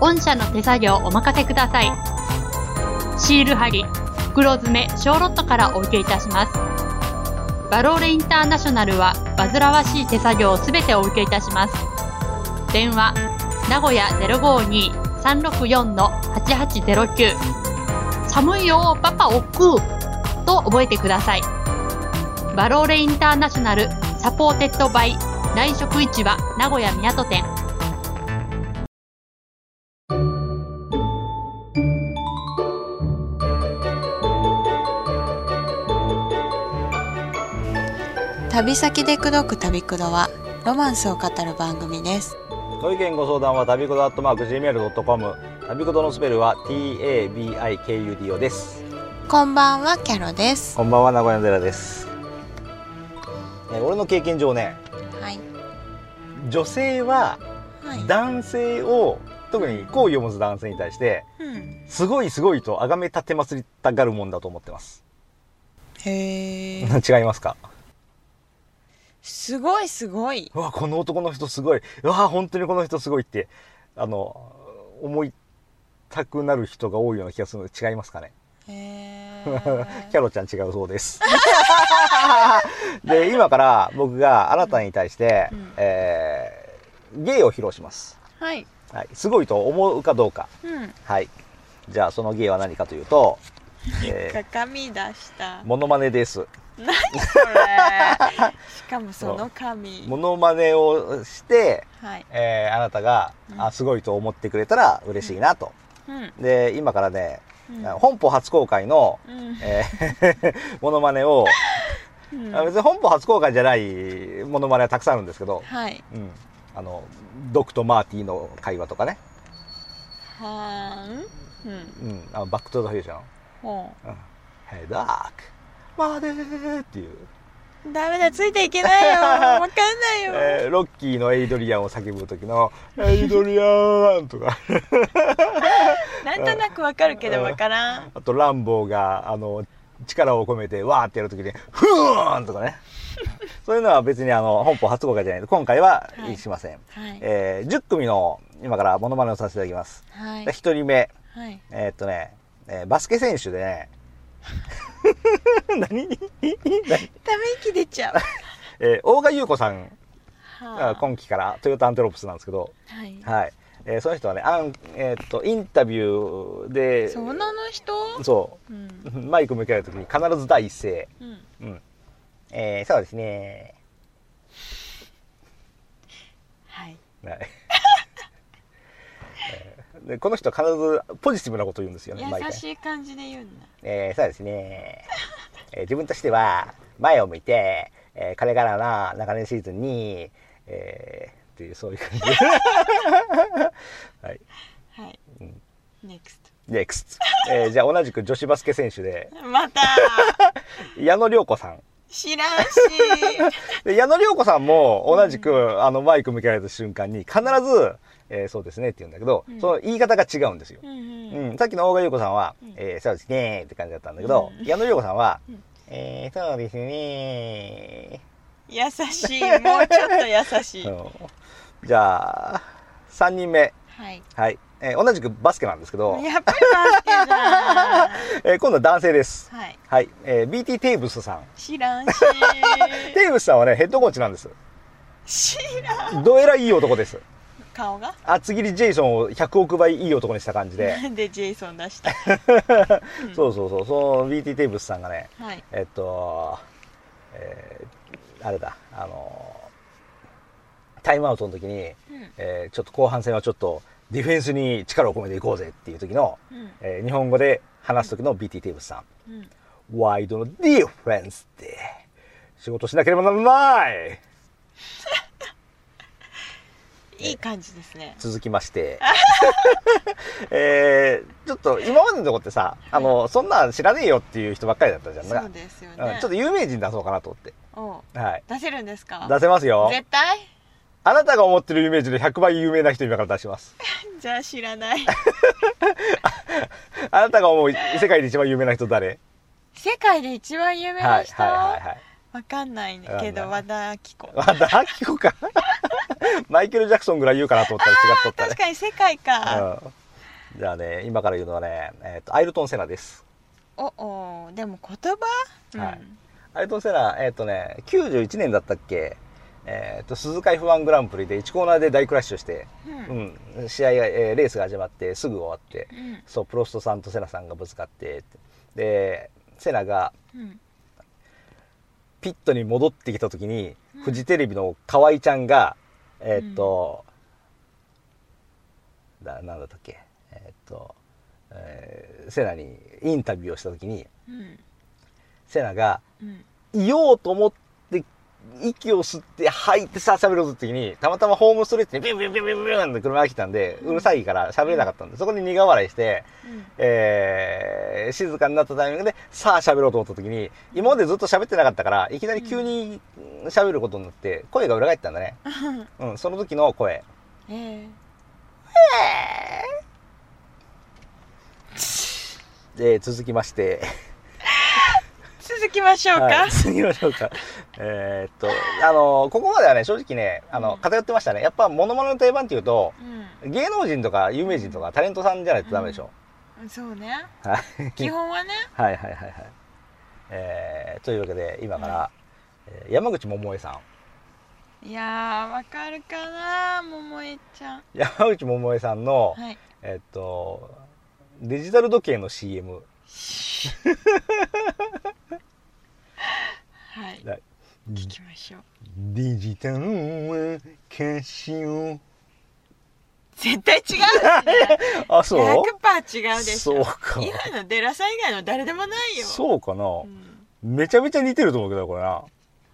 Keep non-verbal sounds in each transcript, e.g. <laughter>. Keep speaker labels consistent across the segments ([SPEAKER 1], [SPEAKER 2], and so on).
[SPEAKER 1] 御社の手作業お任せください。シール貼り、袋詰め、小ロットからお受けいたします。バローレインターナショナルは煩わしい手作業をすべてお受けいたします。電話、名古屋052-364-8809寒いよ、パパおっくーと覚えてください。バローレインターナショナルサポーテッドバイ内職市場名古屋港店
[SPEAKER 2] 旅先で口説く旅くどはロマンスを語る番組です
[SPEAKER 3] ご意見ご相談は旅ことアットマーク Gmail.com 旅ことのスペルは TABIKUDO です
[SPEAKER 2] こんばんはキャロです
[SPEAKER 3] こんばんは名古屋の寺です、えー俺の経験上ね
[SPEAKER 2] はい
[SPEAKER 3] 女性は
[SPEAKER 2] はい
[SPEAKER 3] 男性を特に好意を持つ男性に対して
[SPEAKER 2] うん
[SPEAKER 3] すごいすごいと崇め立てまつりたがるもんだと思ってます、
[SPEAKER 2] へえ
[SPEAKER 3] 違いますか
[SPEAKER 2] すごいすごいう
[SPEAKER 3] わこの男の人すごいうわ本当にこの人すごいってあの思いたくなる人が多いような気がするので違いますかね
[SPEAKER 2] へ
[SPEAKER 3] キ
[SPEAKER 2] え
[SPEAKER 3] <laughs> ャロちゃん違うそうです。 <laughs> で、今から僕が新たに対して、
[SPEAKER 2] うん
[SPEAKER 3] えー、芸を披露します。
[SPEAKER 2] はい
[SPEAKER 3] はい。すごいと思うかどうか。
[SPEAKER 2] うん
[SPEAKER 3] はい。じゃあ、その芸は何かというと、え
[SPEAKER 2] 鏡出した <laughs>
[SPEAKER 3] ー、モノマネです。
[SPEAKER 2] 何それしかもその紙
[SPEAKER 3] モノマネをして、
[SPEAKER 2] はい
[SPEAKER 3] えー、あなたが、
[SPEAKER 2] うん
[SPEAKER 3] あ、すごいと思ってくれたら嬉しいなと。
[SPEAKER 2] うん
[SPEAKER 3] で、今からね、
[SPEAKER 2] うん
[SPEAKER 3] 本邦初公開の、
[SPEAKER 2] うん
[SPEAKER 3] え
[SPEAKER 2] <laughs>
[SPEAKER 3] ー、モノマネを、
[SPEAKER 2] うん
[SPEAKER 3] あ別に本邦初公開じゃないモノマネはたくさんあるんですけど、
[SPEAKER 2] はい
[SPEAKER 3] うん、あのドクとマーティの会話とかね、
[SPEAKER 2] はーんうん
[SPEAKER 3] うん、あのバック・トゥ・ザ・フュージョン
[SPEAKER 2] ほ
[SPEAKER 3] 「ヘイダークマーデー」っていう、
[SPEAKER 2] うダメだついていけ
[SPEAKER 3] <laughs>
[SPEAKER 2] ないよわかんないよ、
[SPEAKER 3] えーロッキーのエイドリアンを叫ぶ時の「エイドリアン」とか <laughs>
[SPEAKER 2] なんとなくわかるけどわからん
[SPEAKER 3] あとランボーがあの力を込めてわーってやる時に「フーン!」とかね <laughs> そういうのは別にあの本邦初公開じゃないので今回は
[SPEAKER 2] はい
[SPEAKER 3] しません、
[SPEAKER 2] はい
[SPEAKER 3] えー10組の今からモノマネをさせていただきます、
[SPEAKER 2] はい
[SPEAKER 3] で一1人目
[SPEAKER 2] はい
[SPEAKER 3] えーっとね、えーバスケ選手でね、何
[SPEAKER 2] ため息出ちゃう
[SPEAKER 3] えー大賀優子さん
[SPEAKER 2] は
[SPEAKER 3] が
[SPEAKER 2] あ
[SPEAKER 3] 今期からトヨタアンテロプスなんですけど、
[SPEAKER 2] はい
[SPEAKER 3] はい。えーその人はね、あんえーっと、インタビューで、
[SPEAKER 2] そんなの人
[SPEAKER 3] そ
[SPEAKER 2] うん
[SPEAKER 3] う、 <laughs> マイク向けられた時に必ず第一声。
[SPEAKER 2] うん
[SPEAKER 3] うん。えーそうですね。
[SPEAKER 2] はい
[SPEAKER 3] はい。 <laughs> えーでこの人は必ずポジティブなこと言うんですよね、
[SPEAKER 2] 優
[SPEAKER 3] 毎回。
[SPEAKER 2] しい感じで言うんだ
[SPEAKER 3] えーそうですね、えー自分としては前を向いて、えー、これからの長年シーズンに、えーっていうそういう感じで <laughs> はい
[SPEAKER 2] はい、NEXT
[SPEAKER 3] NEXT、えーじゃあ同じく女子バスケ選手で
[SPEAKER 2] また
[SPEAKER 3] 矢野涼子さん
[SPEAKER 2] 知らんし
[SPEAKER 3] で矢野涼子さんも同じく、あのマイク向けられた瞬間に必ず、えーそうですねって言うんだけど、
[SPEAKER 2] うん
[SPEAKER 3] その言い方が違うんですよ
[SPEAKER 2] う、んうん
[SPEAKER 3] うん、さっきの大賀優子さんは、
[SPEAKER 2] うん
[SPEAKER 3] えーそうですねーって感じだったんだけど、
[SPEAKER 2] うん
[SPEAKER 3] 矢野涼子さんは、
[SPEAKER 2] うん
[SPEAKER 3] えーそうですねー
[SPEAKER 2] 優しいもうちょっと優しい
[SPEAKER 3] うんじゃあ3人目
[SPEAKER 2] はい
[SPEAKER 3] はい、えー同じくバスケなんですけど、
[SPEAKER 2] やっぱりバスケだ
[SPEAKER 3] えー今度は男性です
[SPEAKER 2] はい
[SPEAKER 3] はい、えー BT テーブスさん
[SPEAKER 2] 知らんし
[SPEAKER 3] テーブスさんはねヘッドコーチなんです
[SPEAKER 2] 知らん
[SPEAKER 3] どえらいい男です
[SPEAKER 2] 顔が
[SPEAKER 3] 厚切りジェイソンを100億倍いい男にした感じで
[SPEAKER 2] なんでジェイソン出したうん
[SPEAKER 3] そうそうそうその BT テーブスさんがね
[SPEAKER 2] はい
[SPEAKER 3] えっと、えーあれだあのータイムアウトの時に、
[SPEAKER 2] うん
[SPEAKER 3] えーちょっと後半戦はちょっとディフェンスに力を込めていこうぜっていう時の
[SPEAKER 2] うん
[SPEAKER 3] えー日本語で話す時の BT テーブスさん。
[SPEAKER 2] うん
[SPEAKER 3] ワイドのディフェンスで仕事しなければならない
[SPEAKER 2] いい感じですね
[SPEAKER 3] 続き
[SPEAKER 2] <laughs>
[SPEAKER 3] まして。えーちょっと今までのとこってさ、あの、そんなん知らねえよっていう人ばっかりだったじゃん。
[SPEAKER 2] そうですよ
[SPEAKER 3] なんかう
[SPEAKER 2] ね
[SPEAKER 3] んちょっと有名人出そうかなと思って。
[SPEAKER 2] おう
[SPEAKER 3] はい。
[SPEAKER 2] 出せるんですか
[SPEAKER 3] 出せますよ。
[SPEAKER 2] 絶対
[SPEAKER 3] あなたが思ってるイメージの100倍有名な人今から出します。
[SPEAKER 2] じゃあ知らない
[SPEAKER 3] あなたが思う世界で一番有名な人誰
[SPEAKER 2] 世界で一番有名
[SPEAKER 3] は
[SPEAKER 2] ない人
[SPEAKER 3] はいはいはい。
[SPEAKER 2] わかんないね
[SPEAKER 3] わか
[SPEAKER 2] け
[SPEAKER 3] んない
[SPEAKER 2] ど和田アキ子
[SPEAKER 3] まだアキコか <laughs> マイケル・ジャクソンぐらい言うかなと思ったら違っとったね
[SPEAKER 2] 確かに世界か、
[SPEAKER 3] うん、じゃあね今から言うのはね、えーとアイルトン・セナです
[SPEAKER 2] おおでも言葉、うん
[SPEAKER 3] はいアイルトン・セナえっ、とね91年だったっけえー、と鈴鹿 F1 グランプリで1コーナーで大クラッシュして、
[SPEAKER 2] うん
[SPEAKER 3] うん、試合が、えーレースが始まってすぐ終わって
[SPEAKER 2] うん
[SPEAKER 3] そうプロストさんとセナさんがぶつかってでセナが
[SPEAKER 2] うん
[SPEAKER 3] ピットに戻ってきた時に、
[SPEAKER 2] うん
[SPEAKER 3] フジテレビの河合ちゃんがえーっと、だなんだったっけえーっと、えーセナにインタビューをした時に
[SPEAKER 2] うん
[SPEAKER 3] セナが
[SPEAKER 2] うん
[SPEAKER 3] いようと思って息を吸って吐いてさ喋ろうとした時にたまたまホームストレートにビュンビュンビュンビュンビュンって車が来たんでうるさいから喋れなかったんでそこに苦笑いして。えー静かになったタイミングで、さあ喋ろうと思った時に、今までずっと喋ってなかったから、いきなり急にうん喋ることになって、声が裏返ったんだね。
[SPEAKER 2] うん
[SPEAKER 3] うん、その時の声。
[SPEAKER 2] え
[SPEAKER 3] で、続きまして。
[SPEAKER 2] ー続きましょうか、
[SPEAKER 3] はい、 <laughs> 続きましょうか。えーっと、あの、ここまではね、正直ね、あの、
[SPEAKER 2] うん
[SPEAKER 3] 偏ってましたね。やっぱ、モノマネの定番っていうと、
[SPEAKER 2] う
[SPEAKER 3] 芸能人とか有名人とかタレントさんじゃないとダメでしょ。
[SPEAKER 2] んそうね
[SPEAKER 3] はい。
[SPEAKER 2] 基本はね
[SPEAKER 3] はいはいはいはい。えーというわけで、今から、えー山口百恵さん。
[SPEAKER 2] いやーわかるかな桃江ちゃん
[SPEAKER 3] 山口百恵さんの、
[SPEAKER 2] はい
[SPEAKER 3] えっと、デジタル時計の CM。
[SPEAKER 2] はい聞きましょう
[SPEAKER 3] デジタルは消しを。
[SPEAKER 2] 絶対違うですね
[SPEAKER 3] あ、そう
[SPEAKER 2] 100%違うでし
[SPEAKER 3] そ
[SPEAKER 2] ょ
[SPEAKER 3] うか。
[SPEAKER 2] 今のデラさん以外の誰でもないよ
[SPEAKER 3] そうかな、
[SPEAKER 2] うん
[SPEAKER 3] めちゃめちゃ似てると思うけど、これな。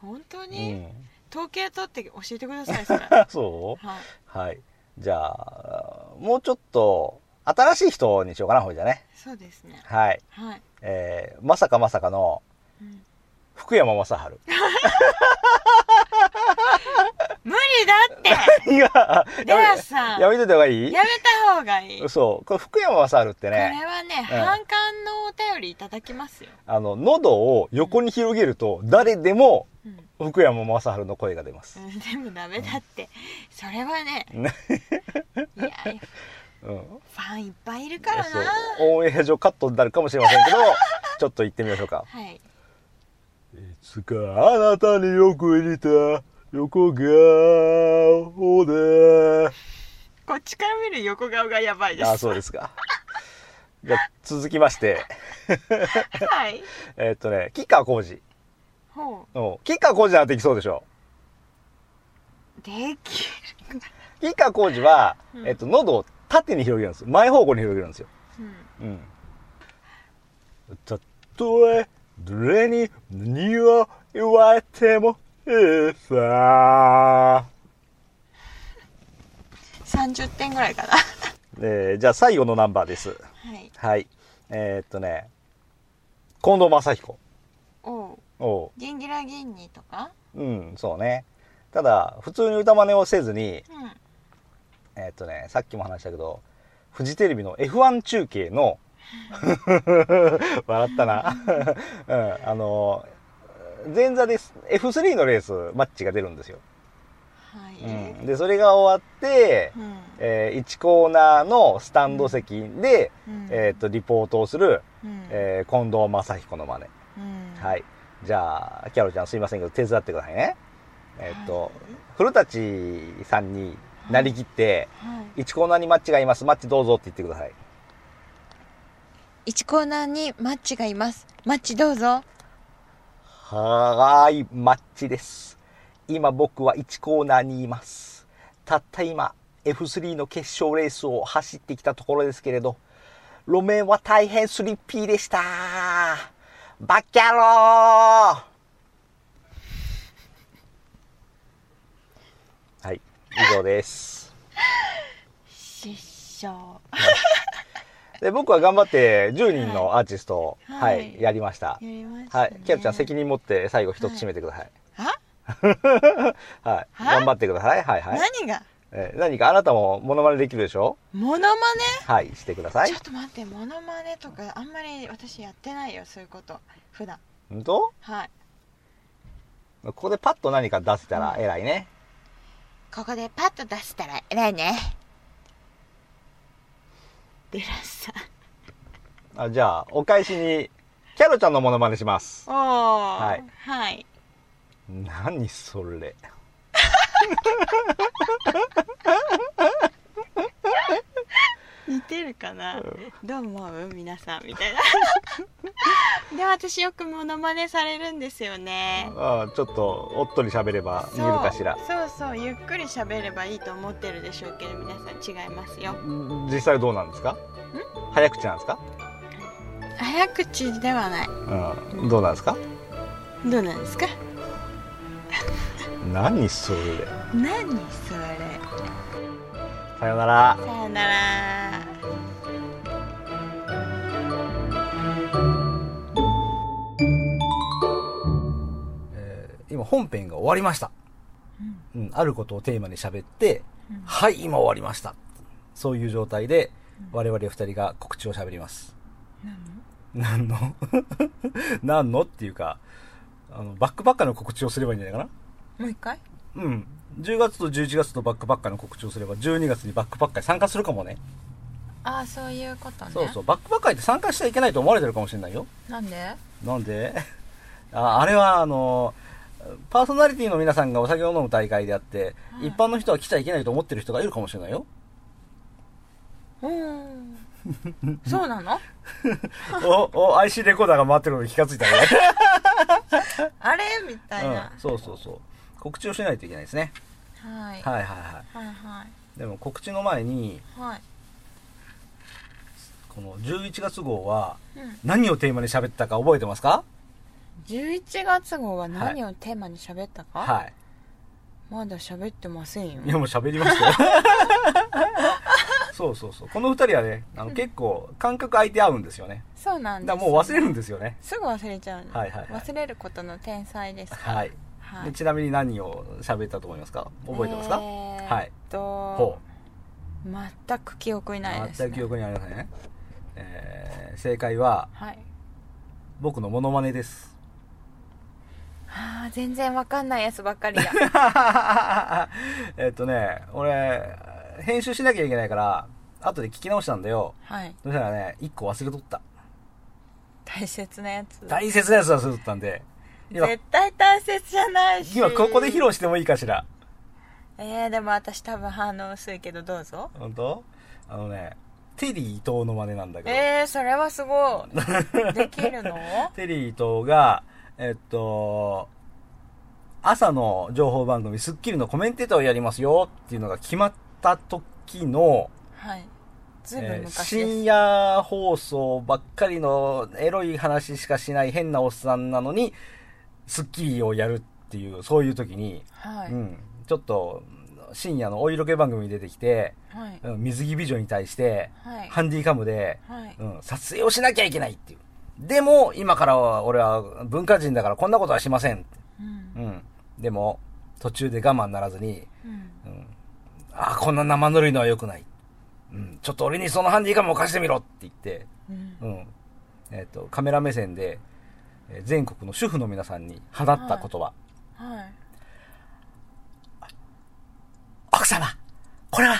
[SPEAKER 2] 本当
[SPEAKER 3] う
[SPEAKER 2] に、
[SPEAKER 3] ん。
[SPEAKER 2] 統計取って教えてくださいそ
[SPEAKER 3] <laughs>
[SPEAKER 2] れは
[SPEAKER 3] あそう
[SPEAKER 2] い
[SPEAKER 3] はい。じゃあ、もうちょっと、新しい人にしようかな、ほいじゃね。
[SPEAKER 2] そうですね
[SPEAKER 3] はい。
[SPEAKER 2] はい、
[SPEAKER 3] えー、まさかまさかの、
[SPEAKER 2] うん
[SPEAKER 3] 福山雅治。 <laughs>
[SPEAKER 2] 無理だって
[SPEAKER 3] い <laughs> や、
[SPEAKER 2] デラさん
[SPEAKER 3] やめといた方がいい
[SPEAKER 2] やめた方がいいこ
[SPEAKER 3] そう。これ福山雅治って
[SPEAKER 2] れ
[SPEAKER 3] ね。
[SPEAKER 2] はね、
[SPEAKER 3] うん
[SPEAKER 2] 反感のお便りいただきますよ、
[SPEAKER 3] あの、喉を横に広げると、誰でも
[SPEAKER 2] うん、 <laughs>
[SPEAKER 3] 福山雅治の声が出ます。
[SPEAKER 2] でもダメだってそれはね
[SPEAKER 3] <laughs> ね
[SPEAKER 2] いや
[SPEAKER 3] うん。
[SPEAKER 2] ファンいっぱいいるから
[SPEAKER 3] そう
[SPEAKER 2] な。
[SPEAKER 3] オンエア上カットになるかもしれませんけど、
[SPEAKER 2] <laughs>
[SPEAKER 3] ちょっと言ってみましょうか。
[SPEAKER 2] はい
[SPEAKER 3] いつかあなたによく似た横顔で。
[SPEAKER 2] こっちから見る横顔がやばいです
[SPEAKER 3] あ、そうですか。じゃあ続きまして、
[SPEAKER 2] はい
[SPEAKER 3] えっとね、吉川浩司。
[SPEAKER 2] ほう
[SPEAKER 3] うん吉川浩司なんてできそうでしょ。
[SPEAKER 2] でき
[SPEAKER 3] 吉川浩司は、
[SPEAKER 2] うん
[SPEAKER 3] えっと、喉を縦に広げるんですよ。前方向に広げるんですよ。
[SPEAKER 2] る、うん
[SPEAKER 3] うん。たとえ、どれに何を言われてもいいさ。
[SPEAKER 2] 30点ぐらいかなは
[SPEAKER 3] えーじゃあ最後のナンバーです。
[SPEAKER 2] い
[SPEAKER 3] はい。えーっとね、近藤正彦。
[SPEAKER 2] おう
[SPEAKER 3] おう
[SPEAKER 2] ギンギラギンニとか
[SPEAKER 3] うん、そうね。ただ、普通に歌真似をせずに、
[SPEAKER 2] うん
[SPEAKER 3] えーっとね、さっきも話したけど、フジテレビの F1 中継の、 <laughs> 笑ったな。 <laughs> うん、あの、前座です。F3 のレース、マッチが出るんですよ。
[SPEAKER 2] は
[SPEAKER 3] う
[SPEAKER 2] い
[SPEAKER 3] ん、で、それが終わって、
[SPEAKER 2] うん
[SPEAKER 3] え1コーナーのスタンド席で、
[SPEAKER 2] うん
[SPEAKER 3] えっと、リポートをする、
[SPEAKER 2] うん
[SPEAKER 3] えー近藤正彦の真似。
[SPEAKER 2] うん
[SPEAKER 3] はい。じゃあ、キャロルちゃんすいませんけど、手伝ってくださいね。えっと、古舘さんになりきって、
[SPEAKER 2] はい
[SPEAKER 3] 1コーナーにマッチがいます。マッチどうぞって言ってください。
[SPEAKER 2] 1コーナーにマッチがいますマッチどうぞ
[SPEAKER 3] はーい、マッチです。今僕は1コーナーにいます。たった今、F3 の決勝レースを走ってきたところですけれど、路面は大変スリッピーでした。バッキャローはい、以上です。
[SPEAKER 2] 失笑
[SPEAKER 3] で僕は頑張って10人のアーティストを、は
[SPEAKER 2] はいい
[SPEAKER 3] やりました。
[SPEAKER 2] やりました、ね、
[SPEAKER 3] はい、キャルちゃん責任持って最後一つ締めてください。
[SPEAKER 2] あ
[SPEAKER 3] はい。
[SPEAKER 2] は
[SPEAKER 3] 頑張ってください。はいはい。
[SPEAKER 2] 何が
[SPEAKER 3] えー何かあなたもモノマネできるでしょ
[SPEAKER 2] モノマ
[SPEAKER 3] はい、してくださ
[SPEAKER 2] ネ
[SPEAKER 3] い
[SPEAKER 2] ちょ。っと待ってモノマネとかあんまり私やってないよそういうこと普段
[SPEAKER 3] 本当
[SPEAKER 2] はい
[SPEAKER 4] ここでパッと何か出せたら偉いね。
[SPEAKER 5] ここでパッと出したら偉いねデラさん
[SPEAKER 4] あじゃあ、お返しに、キャロちゃんのモノマネします。
[SPEAKER 5] おお
[SPEAKER 4] はい
[SPEAKER 5] はい、
[SPEAKER 4] 何それ。
[SPEAKER 5] 似てるかなどう思う皆さんみ
[SPEAKER 4] <laughs>
[SPEAKER 5] たいなで私よくモノマネされるんですよね
[SPEAKER 4] あちょっと、おっとり喋れば見えるかしら。
[SPEAKER 5] そうそうそうゆっくり喋ればいいと思ってるでしょうけど皆さん違いますよ
[SPEAKER 4] 実際どうなんですか早口なんですか
[SPEAKER 5] 早口ではない
[SPEAKER 4] うん。どうなんですか
[SPEAKER 5] どうなんですか
[SPEAKER 4] 何それ。
[SPEAKER 5] 何それ
[SPEAKER 4] さよなら。
[SPEAKER 5] さよなら
[SPEAKER 3] えー今本編が終わりました、うんあることをテーマに喋って、はい、今終わりました。そういう状態で、我々二人が告知を喋ります。何の <laughs> 何のっていうか、あの、バックバッカーの告知をすればいいんじゃないか
[SPEAKER 2] もう一回
[SPEAKER 3] なうん。10月と11月のバックバッカーの告知をすれば、12月にバックバッカーに参加するかもね。
[SPEAKER 2] ああそういうことね
[SPEAKER 3] そうそう、バックバッカーって参加しちゃいけないと思われてるかもしれないよ。
[SPEAKER 2] なんで
[SPEAKER 3] なんで <laughs> ああれはあのパーソナリティの皆さんがお酒を飲む大会であって、一般の人は来ちゃいけないと思ってる人がいるかもしれな
[SPEAKER 2] <laughs>
[SPEAKER 3] いよ。
[SPEAKER 2] うん
[SPEAKER 4] <laughs>
[SPEAKER 2] そうなの
[SPEAKER 3] お、お、IC レコーダーが回ってるのに気がついたね。
[SPEAKER 2] あれみたいな
[SPEAKER 3] う、ん、そうそうそう。告知をしないといけないですね。
[SPEAKER 2] はい
[SPEAKER 3] はいはいは
[SPEAKER 2] はいはい
[SPEAKER 3] い。でも告知の前に、
[SPEAKER 2] はい
[SPEAKER 3] この11月号は
[SPEAKER 2] うん
[SPEAKER 3] 何をテーマに喋ったか覚えてますか
[SPEAKER 2] 11月号は何をテーマに喋ったか、
[SPEAKER 3] はい。
[SPEAKER 2] まだ喋ってませんよ
[SPEAKER 3] いや、もう喋りましたよ。 <laughs> そうそうそう。この二人はね、あの結構感覚空いて合うんですよね。
[SPEAKER 2] そうなん
[SPEAKER 3] だ
[SPEAKER 2] です
[SPEAKER 3] からもう忘れるんですよね。
[SPEAKER 2] すぐ忘れちゃうんで、
[SPEAKER 3] はいはいはい
[SPEAKER 2] 忘れることの天才ですから
[SPEAKER 3] はい。
[SPEAKER 2] は
[SPEAKER 3] でちなみに何を喋ったと思いますか覚えてますか、
[SPEAKER 2] え
[SPEAKER 3] は
[SPEAKER 2] ーっ
[SPEAKER 3] い。
[SPEAKER 2] と
[SPEAKER 3] ほう。
[SPEAKER 2] 全く記憶にないです、ね、
[SPEAKER 3] 全く記憶にありませんね。えー、正解は、
[SPEAKER 2] はい
[SPEAKER 3] 僕のモノマネです。 <laughs>
[SPEAKER 2] あー全然わかんないやつばっか
[SPEAKER 3] <laughs>
[SPEAKER 2] りだ
[SPEAKER 3] えっとね、俺、編集しなきゃいけないから、後で聞き直したんだよ。
[SPEAKER 2] はい
[SPEAKER 3] そしたらね、一個忘れとった。
[SPEAKER 2] 大切なやつ
[SPEAKER 3] 大切なやつ忘れとったんで。今、
[SPEAKER 2] 絶対大切じゃないし
[SPEAKER 3] 今ここで披露してもいいかしら。
[SPEAKER 2] えー、でも私多分反応薄いけどどうぞ
[SPEAKER 3] 本当あのね、テリー伊藤の真似なんだけど。
[SPEAKER 2] えー、それはすご
[SPEAKER 3] <laughs>
[SPEAKER 2] いできるの
[SPEAKER 3] テリー伊藤が、えっと、朝の情報番組、スッキリのコメンテーターをやりますよっていうのが決まった時の、
[SPEAKER 2] はいずいぶん
[SPEAKER 3] えー
[SPEAKER 2] 昔です、
[SPEAKER 3] 深夜放送ばっかりのエロい話しかしない変なおっさんなのに、スッキリをやるっていう、そういう時に、
[SPEAKER 2] はい、
[SPEAKER 3] うん、ちょっと、深夜のお色気番組に出てきて、
[SPEAKER 2] はい
[SPEAKER 3] うん水着美女に対して、
[SPEAKER 2] はい
[SPEAKER 3] ハンディカムで、
[SPEAKER 2] はい
[SPEAKER 3] うん、撮影をしなきゃいけないっていう。でも、今からは俺は文化人だからこんなことはしません。
[SPEAKER 2] うん
[SPEAKER 3] うん。でも、途中で我慢ならずに、
[SPEAKER 2] うん
[SPEAKER 3] ああ、こんな生ぬるいのは良くない。うん、ちょっと俺にそのハンディカムを貸してみろって言って、
[SPEAKER 2] うん
[SPEAKER 3] うん。えっ、と、カメラ目線で、えー全国の主婦の皆さんに放った言葉。
[SPEAKER 2] はい
[SPEAKER 3] 奥様、これは、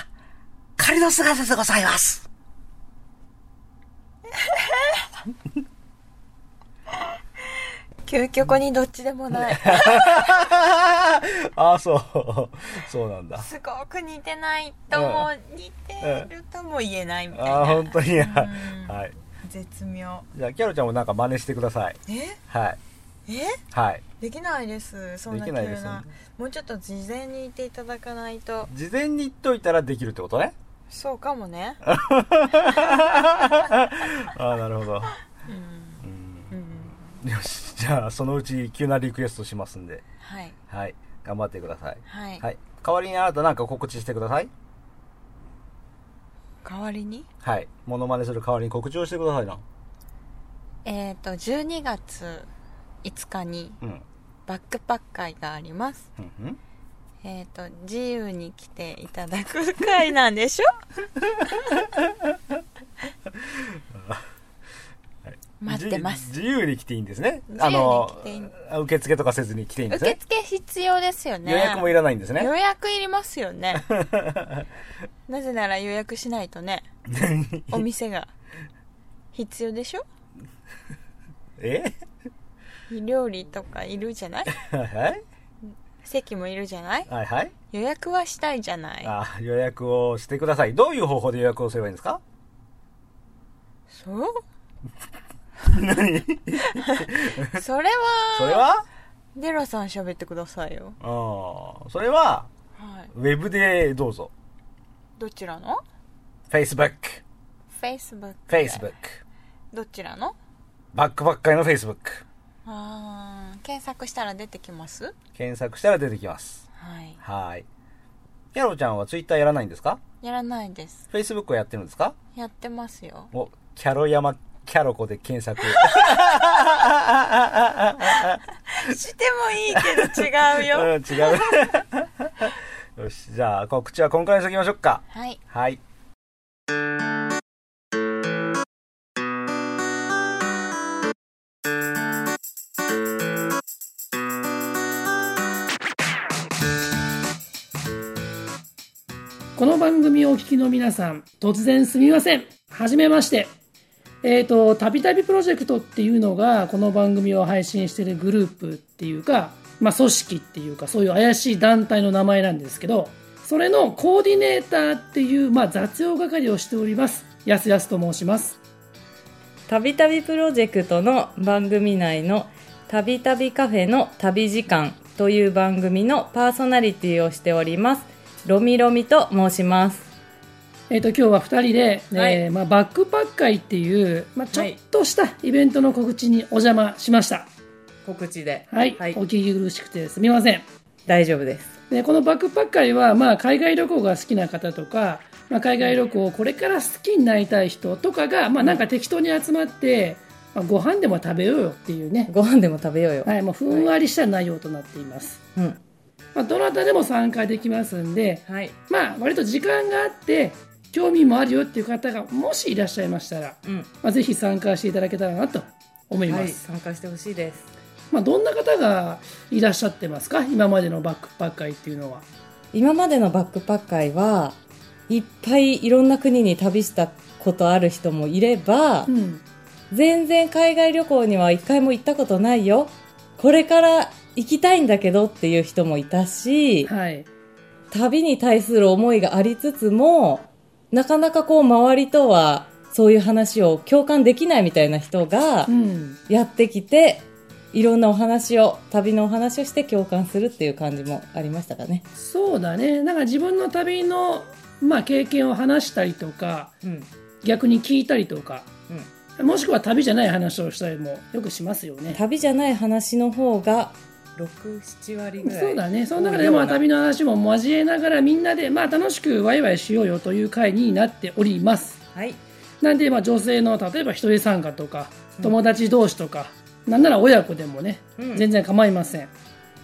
[SPEAKER 3] 仮の姿でござ
[SPEAKER 2] <laughs>
[SPEAKER 3] います。
[SPEAKER 2] 究極にどっちでもない
[SPEAKER 3] ああ、そう。 <laughs> そうなんだ。
[SPEAKER 2] <laughs> すごく似てないとも似てるとも言えないみたいな
[SPEAKER 3] ああ、本当に。
[SPEAKER 2] ん
[SPEAKER 3] <laughs> はい。
[SPEAKER 2] 絶妙
[SPEAKER 3] じゃあ、キャロちゃんもなんか真似してください。
[SPEAKER 2] え
[SPEAKER 3] はい。
[SPEAKER 2] え
[SPEAKER 3] はい。
[SPEAKER 2] できないですそんな
[SPEAKER 3] で
[SPEAKER 2] 急
[SPEAKER 3] きな
[SPEAKER 2] ない
[SPEAKER 3] ですよね
[SPEAKER 2] もうちょっと事前に言っていただかないと
[SPEAKER 3] 事前に言っといたらできるってことね。 <laughs>
[SPEAKER 2] そうかもね
[SPEAKER 3] ああ、なるほ
[SPEAKER 2] うん
[SPEAKER 3] ど。うん
[SPEAKER 2] うん
[SPEAKER 3] よし。じゃあ、そのうち急なリクエストしますんで。
[SPEAKER 2] はい
[SPEAKER 3] はい。頑張ってください。
[SPEAKER 2] はい、
[SPEAKER 3] はい。代わりにあなたなんか告知してください。
[SPEAKER 2] 代わりに
[SPEAKER 3] はい。モノマネする代わりに告知をしてくださいな。
[SPEAKER 2] えっ、と12月5日に
[SPEAKER 3] うん。
[SPEAKER 2] バックパック会があります
[SPEAKER 3] うんうん。
[SPEAKER 2] えっ、と自由に来ていただく会なんで
[SPEAKER 3] <laughs>
[SPEAKER 2] しょ
[SPEAKER 3] はい
[SPEAKER 6] 待ってます。
[SPEAKER 3] 自自由に来ていいんですね。
[SPEAKER 6] 自
[SPEAKER 3] あ
[SPEAKER 6] 由
[SPEAKER 3] の
[SPEAKER 6] に来ていいん、
[SPEAKER 3] 受付とかせずに来ていいんです
[SPEAKER 6] 受
[SPEAKER 3] ね。
[SPEAKER 6] 付必要ですよね。
[SPEAKER 3] 予約もいらないんですね <laughs>
[SPEAKER 6] よ。
[SPEAKER 2] 予約いりますよねなぜなら予約しないと
[SPEAKER 3] <laughs>
[SPEAKER 2] ねお店が必要でしょ
[SPEAKER 3] え <laughs>
[SPEAKER 2] 料理とかいるじゃない
[SPEAKER 3] はい
[SPEAKER 2] 席もいるじゃない
[SPEAKER 3] はいはい。
[SPEAKER 2] 予約はしたいじゃない
[SPEAKER 3] あ予約をしてください。どういう方法で予約をすればいいんですか
[SPEAKER 2] そう
[SPEAKER 3] <laughs> 何
[SPEAKER 2] <laughs> それは
[SPEAKER 3] それは
[SPEAKER 2] デラさん喋ってくださいよ
[SPEAKER 3] うん。それは、
[SPEAKER 2] はい
[SPEAKER 3] ウェブでどうぞ。
[SPEAKER 2] どちらの
[SPEAKER 3] Facebook。
[SPEAKER 2] Facebook
[SPEAKER 3] Facebook。
[SPEAKER 2] どちらの
[SPEAKER 3] バックばっかりの Facebook。
[SPEAKER 2] あー検索したら出てきます
[SPEAKER 3] 検索したら出てきます。
[SPEAKER 2] はい
[SPEAKER 3] はい。ヤロちゃんは Twitter やらないんですか
[SPEAKER 2] やらないです
[SPEAKER 3] ?Facebook をやってるんですか
[SPEAKER 2] やってますよ
[SPEAKER 3] お、キャロ山、キャロコで検索。
[SPEAKER 2] <laughs> してもいいけど違うよ
[SPEAKER 3] うん、違う。 <laughs> よし、じゃあ、告知は今回にしときましょうか。
[SPEAKER 2] <laughs> はい
[SPEAKER 3] はい。
[SPEAKER 7] この番組をお聞きの皆さん、突然すみません。はじめまして。えっ、と、たびたびプロジェクトっていうのが、この番組を配信しているグループっていうか、まあ、組織っていうか、そういう怪しい団体の名前なんですけど、それのコーディネーターっていう、まあ、雑用係をしております。やすやすと申します。
[SPEAKER 8] たびたびプロジェクトの番組内の「たびたびカフェの旅時間」という番組のパーソナリティをしておりますロミロミと申します
[SPEAKER 7] えっ、と、今日は2人で、
[SPEAKER 8] は
[SPEAKER 7] えーまあ、バックパッ会っていう、まあ、ちょっとしたイベントの告知にお邪魔しました。
[SPEAKER 8] 告知では
[SPEAKER 7] はい、お聞き苦しくてすみません。
[SPEAKER 8] 大丈夫です
[SPEAKER 7] でこのバックパッカーは、まあ、海外旅行が好きな方とか、まあ、海外旅行をこれから好きになりたい人とかが、まあ、なんか適当に集まって、まあ、ご飯でも食べようよっていうね、
[SPEAKER 8] ご飯でも食べようよ、
[SPEAKER 7] はい、もうふんわりした内容となっています、
[SPEAKER 8] うん
[SPEAKER 7] まあ、どなたでも参加できますんで、
[SPEAKER 8] はい
[SPEAKER 7] まあ、割と時間があって興味もあるよっていう方がもしいらっしゃいましたら、
[SPEAKER 8] うん
[SPEAKER 7] まあ、ぜひ参加していただけたらなと思いま
[SPEAKER 8] はい
[SPEAKER 7] す、
[SPEAKER 8] 参加してほしいです
[SPEAKER 7] まあ、どんな方がいらっしゃってますか今までのバックパッカーっていうのは。
[SPEAKER 8] 今までのバックパッカーはいっぱいいろんな国に旅したことある人もいれば、
[SPEAKER 7] うん
[SPEAKER 8] 全然海外旅行には一回も行ったことないよこれから行きたいんだけどっていう人もいたし
[SPEAKER 7] はい
[SPEAKER 8] 旅に対する思いがありつつもなかなかこう周りとはそういう話を共感できないみたいな人が
[SPEAKER 7] うん
[SPEAKER 8] やってきていろんなお話を旅のお話をして共感するっていう感じもありましたかね。
[SPEAKER 7] そうだねなんか自分の旅の、まあ、経験を話したりとか
[SPEAKER 8] うん
[SPEAKER 7] 逆に聞いたりとか、もしくは旅じゃない話をしたりもよくしますよね。
[SPEAKER 8] 旅じゃない話の方が67割ぐらい
[SPEAKER 7] そうだねその中でまあ旅の話も交えながらみんなで、まあ、楽しくワイワイしようよという会になっております。
[SPEAKER 8] はい
[SPEAKER 7] なんでまあ女性の例えば一人参加とか友達同士とか、なんなら親子でもね、
[SPEAKER 8] うん
[SPEAKER 7] 全然構いません。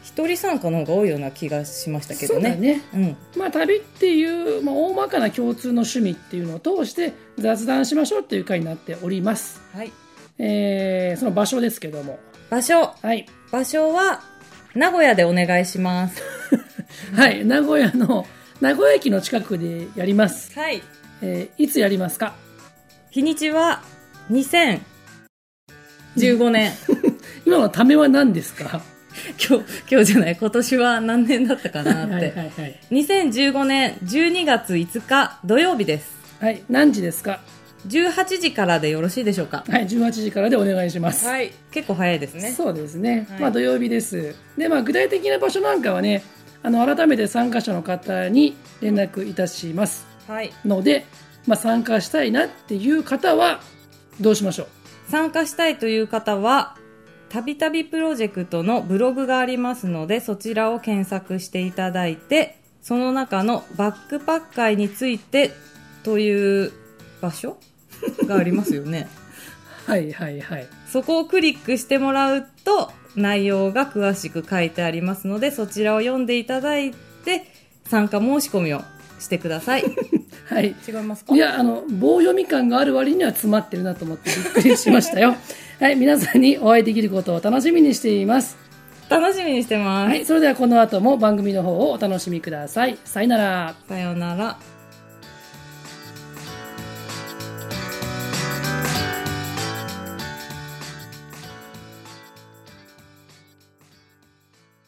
[SPEAKER 8] 一人参加の方が多いような気がしましたけ
[SPEAKER 7] そ
[SPEAKER 8] ど
[SPEAKER 7] うだ
[SPEAKER 8] ね。
[SPEAKER 7] ね
[SPEAKER 8] うん
[SPEAKER 7] まあ、旅っていう、まあ、大まかな共通の趣味っていうのを通して雑談しましょうっていう会になっております、
[SPEAKER 8] はい、
[SPEAKER 7] えーその場所ですけども
[SPEAKER 8] 場所
[SPEAKER 7] はい、
[SPEAKER 8] 場所は名古屋でお願いします。
[SPEAKER 7] はい、名古屋の名古屋駅の近くでやります、
[SPEAKER 8] はい
[SPEAKER 7] えーいつやりますか
[SPEAKER 8] 日にちは2015年
[SPEAKER 7] 今のためは何ですか
[SPEAKER 8] <laughs> 今日今日じゃない今年は何年だったか
[SPEAKER 7] は
[SPEAKER 8] なっ
[SPEAKER 7] い
[SPEAKER 8] て、
[SPEAKER 7] <laughs> はいはい、
[SPEAKER 8] 2015年12月5日土曜日です
[SPEAKER 7] はい、何時ですか
[SPEAKER 8] 18時からでよろしいでしょうか
[SPEAKER 7] はい18時からでお願いします、
[SPEAKER 8] はい結構早いですね
[SPEAKER 7] そうですね、
[SPEAKER 8] はい
[SPEAKER 7] まあ土曜日ですでまあ具体的な場所なんかはねあの改めて参加者の方に連絡いたします
[SPEAKER 8] はい
[SPEAKER 7] ので、まあ、参加したいなっていう方はどうしましょう
[SPEAKER 8] 参加したいという方はたびたびプロジェクトのブログがありますのでそちらを検索していただいてその中のバックパッ会についてという場所がありますよ <laughs> ね
[SPEAKER 7] はいはいはい
[SPEAKER 8] そこをクリックしてもらうと内容が詳しく書いてありますのでそちらを読んでいただいて参加申し込みをしてください
[SPEAKER 7] はい。
[SPEAKER 8] 違いますか
[SPEAKER 7] いや、あの、棒読み感がある割には詰まってるなと思ってびっくりしましたよ。はい、皆さんにお会いできることを楽しみにしています。
[SPEAKER 8] 楽しみにしてます、
[SPEAKER 7] はい、それではこの後も番組の方をお楽しみください。さよなら。
[SPEAKER 8] さようなら